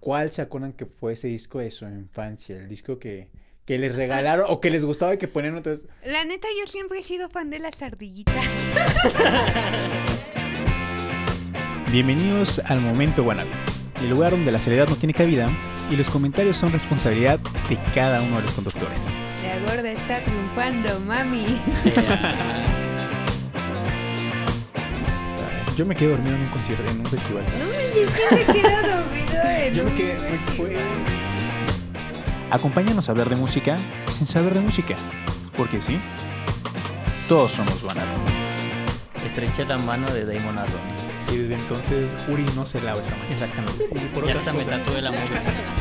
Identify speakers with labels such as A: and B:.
A: ¿Cuál se acuerdan que fue ese disco de su infancia? El disco que, que les regalaron o que les gustaba y que ponían entonces.
B: La neta, yo siempre he sido fan de las ardillitas.
A: Bienvenidos al Momento Guanabi, el lugar donde la seriedad no tiene cabida y los comentarios son responsabilidad de cada uno de los conductores.
B: La gorda está triunfando, mami.
A: Yo me quedé dormido en un concierto, en un festival.
B: No me dijiste que era dormido en
A: Yo me
B: un
A: quedé- me
B: festival.
A: Acompáñanos a hablar de música sin saber de música, porque sí, todos somos Guanabi.
C: Estreché la mano de Damon Arron.
A: Sí, desde entonces Uri no se lava esa mañana.
C: Exactamente.
A: Y por
C: Ya
A: otras
C: hasta me
A: cosas.
C: tatué la música.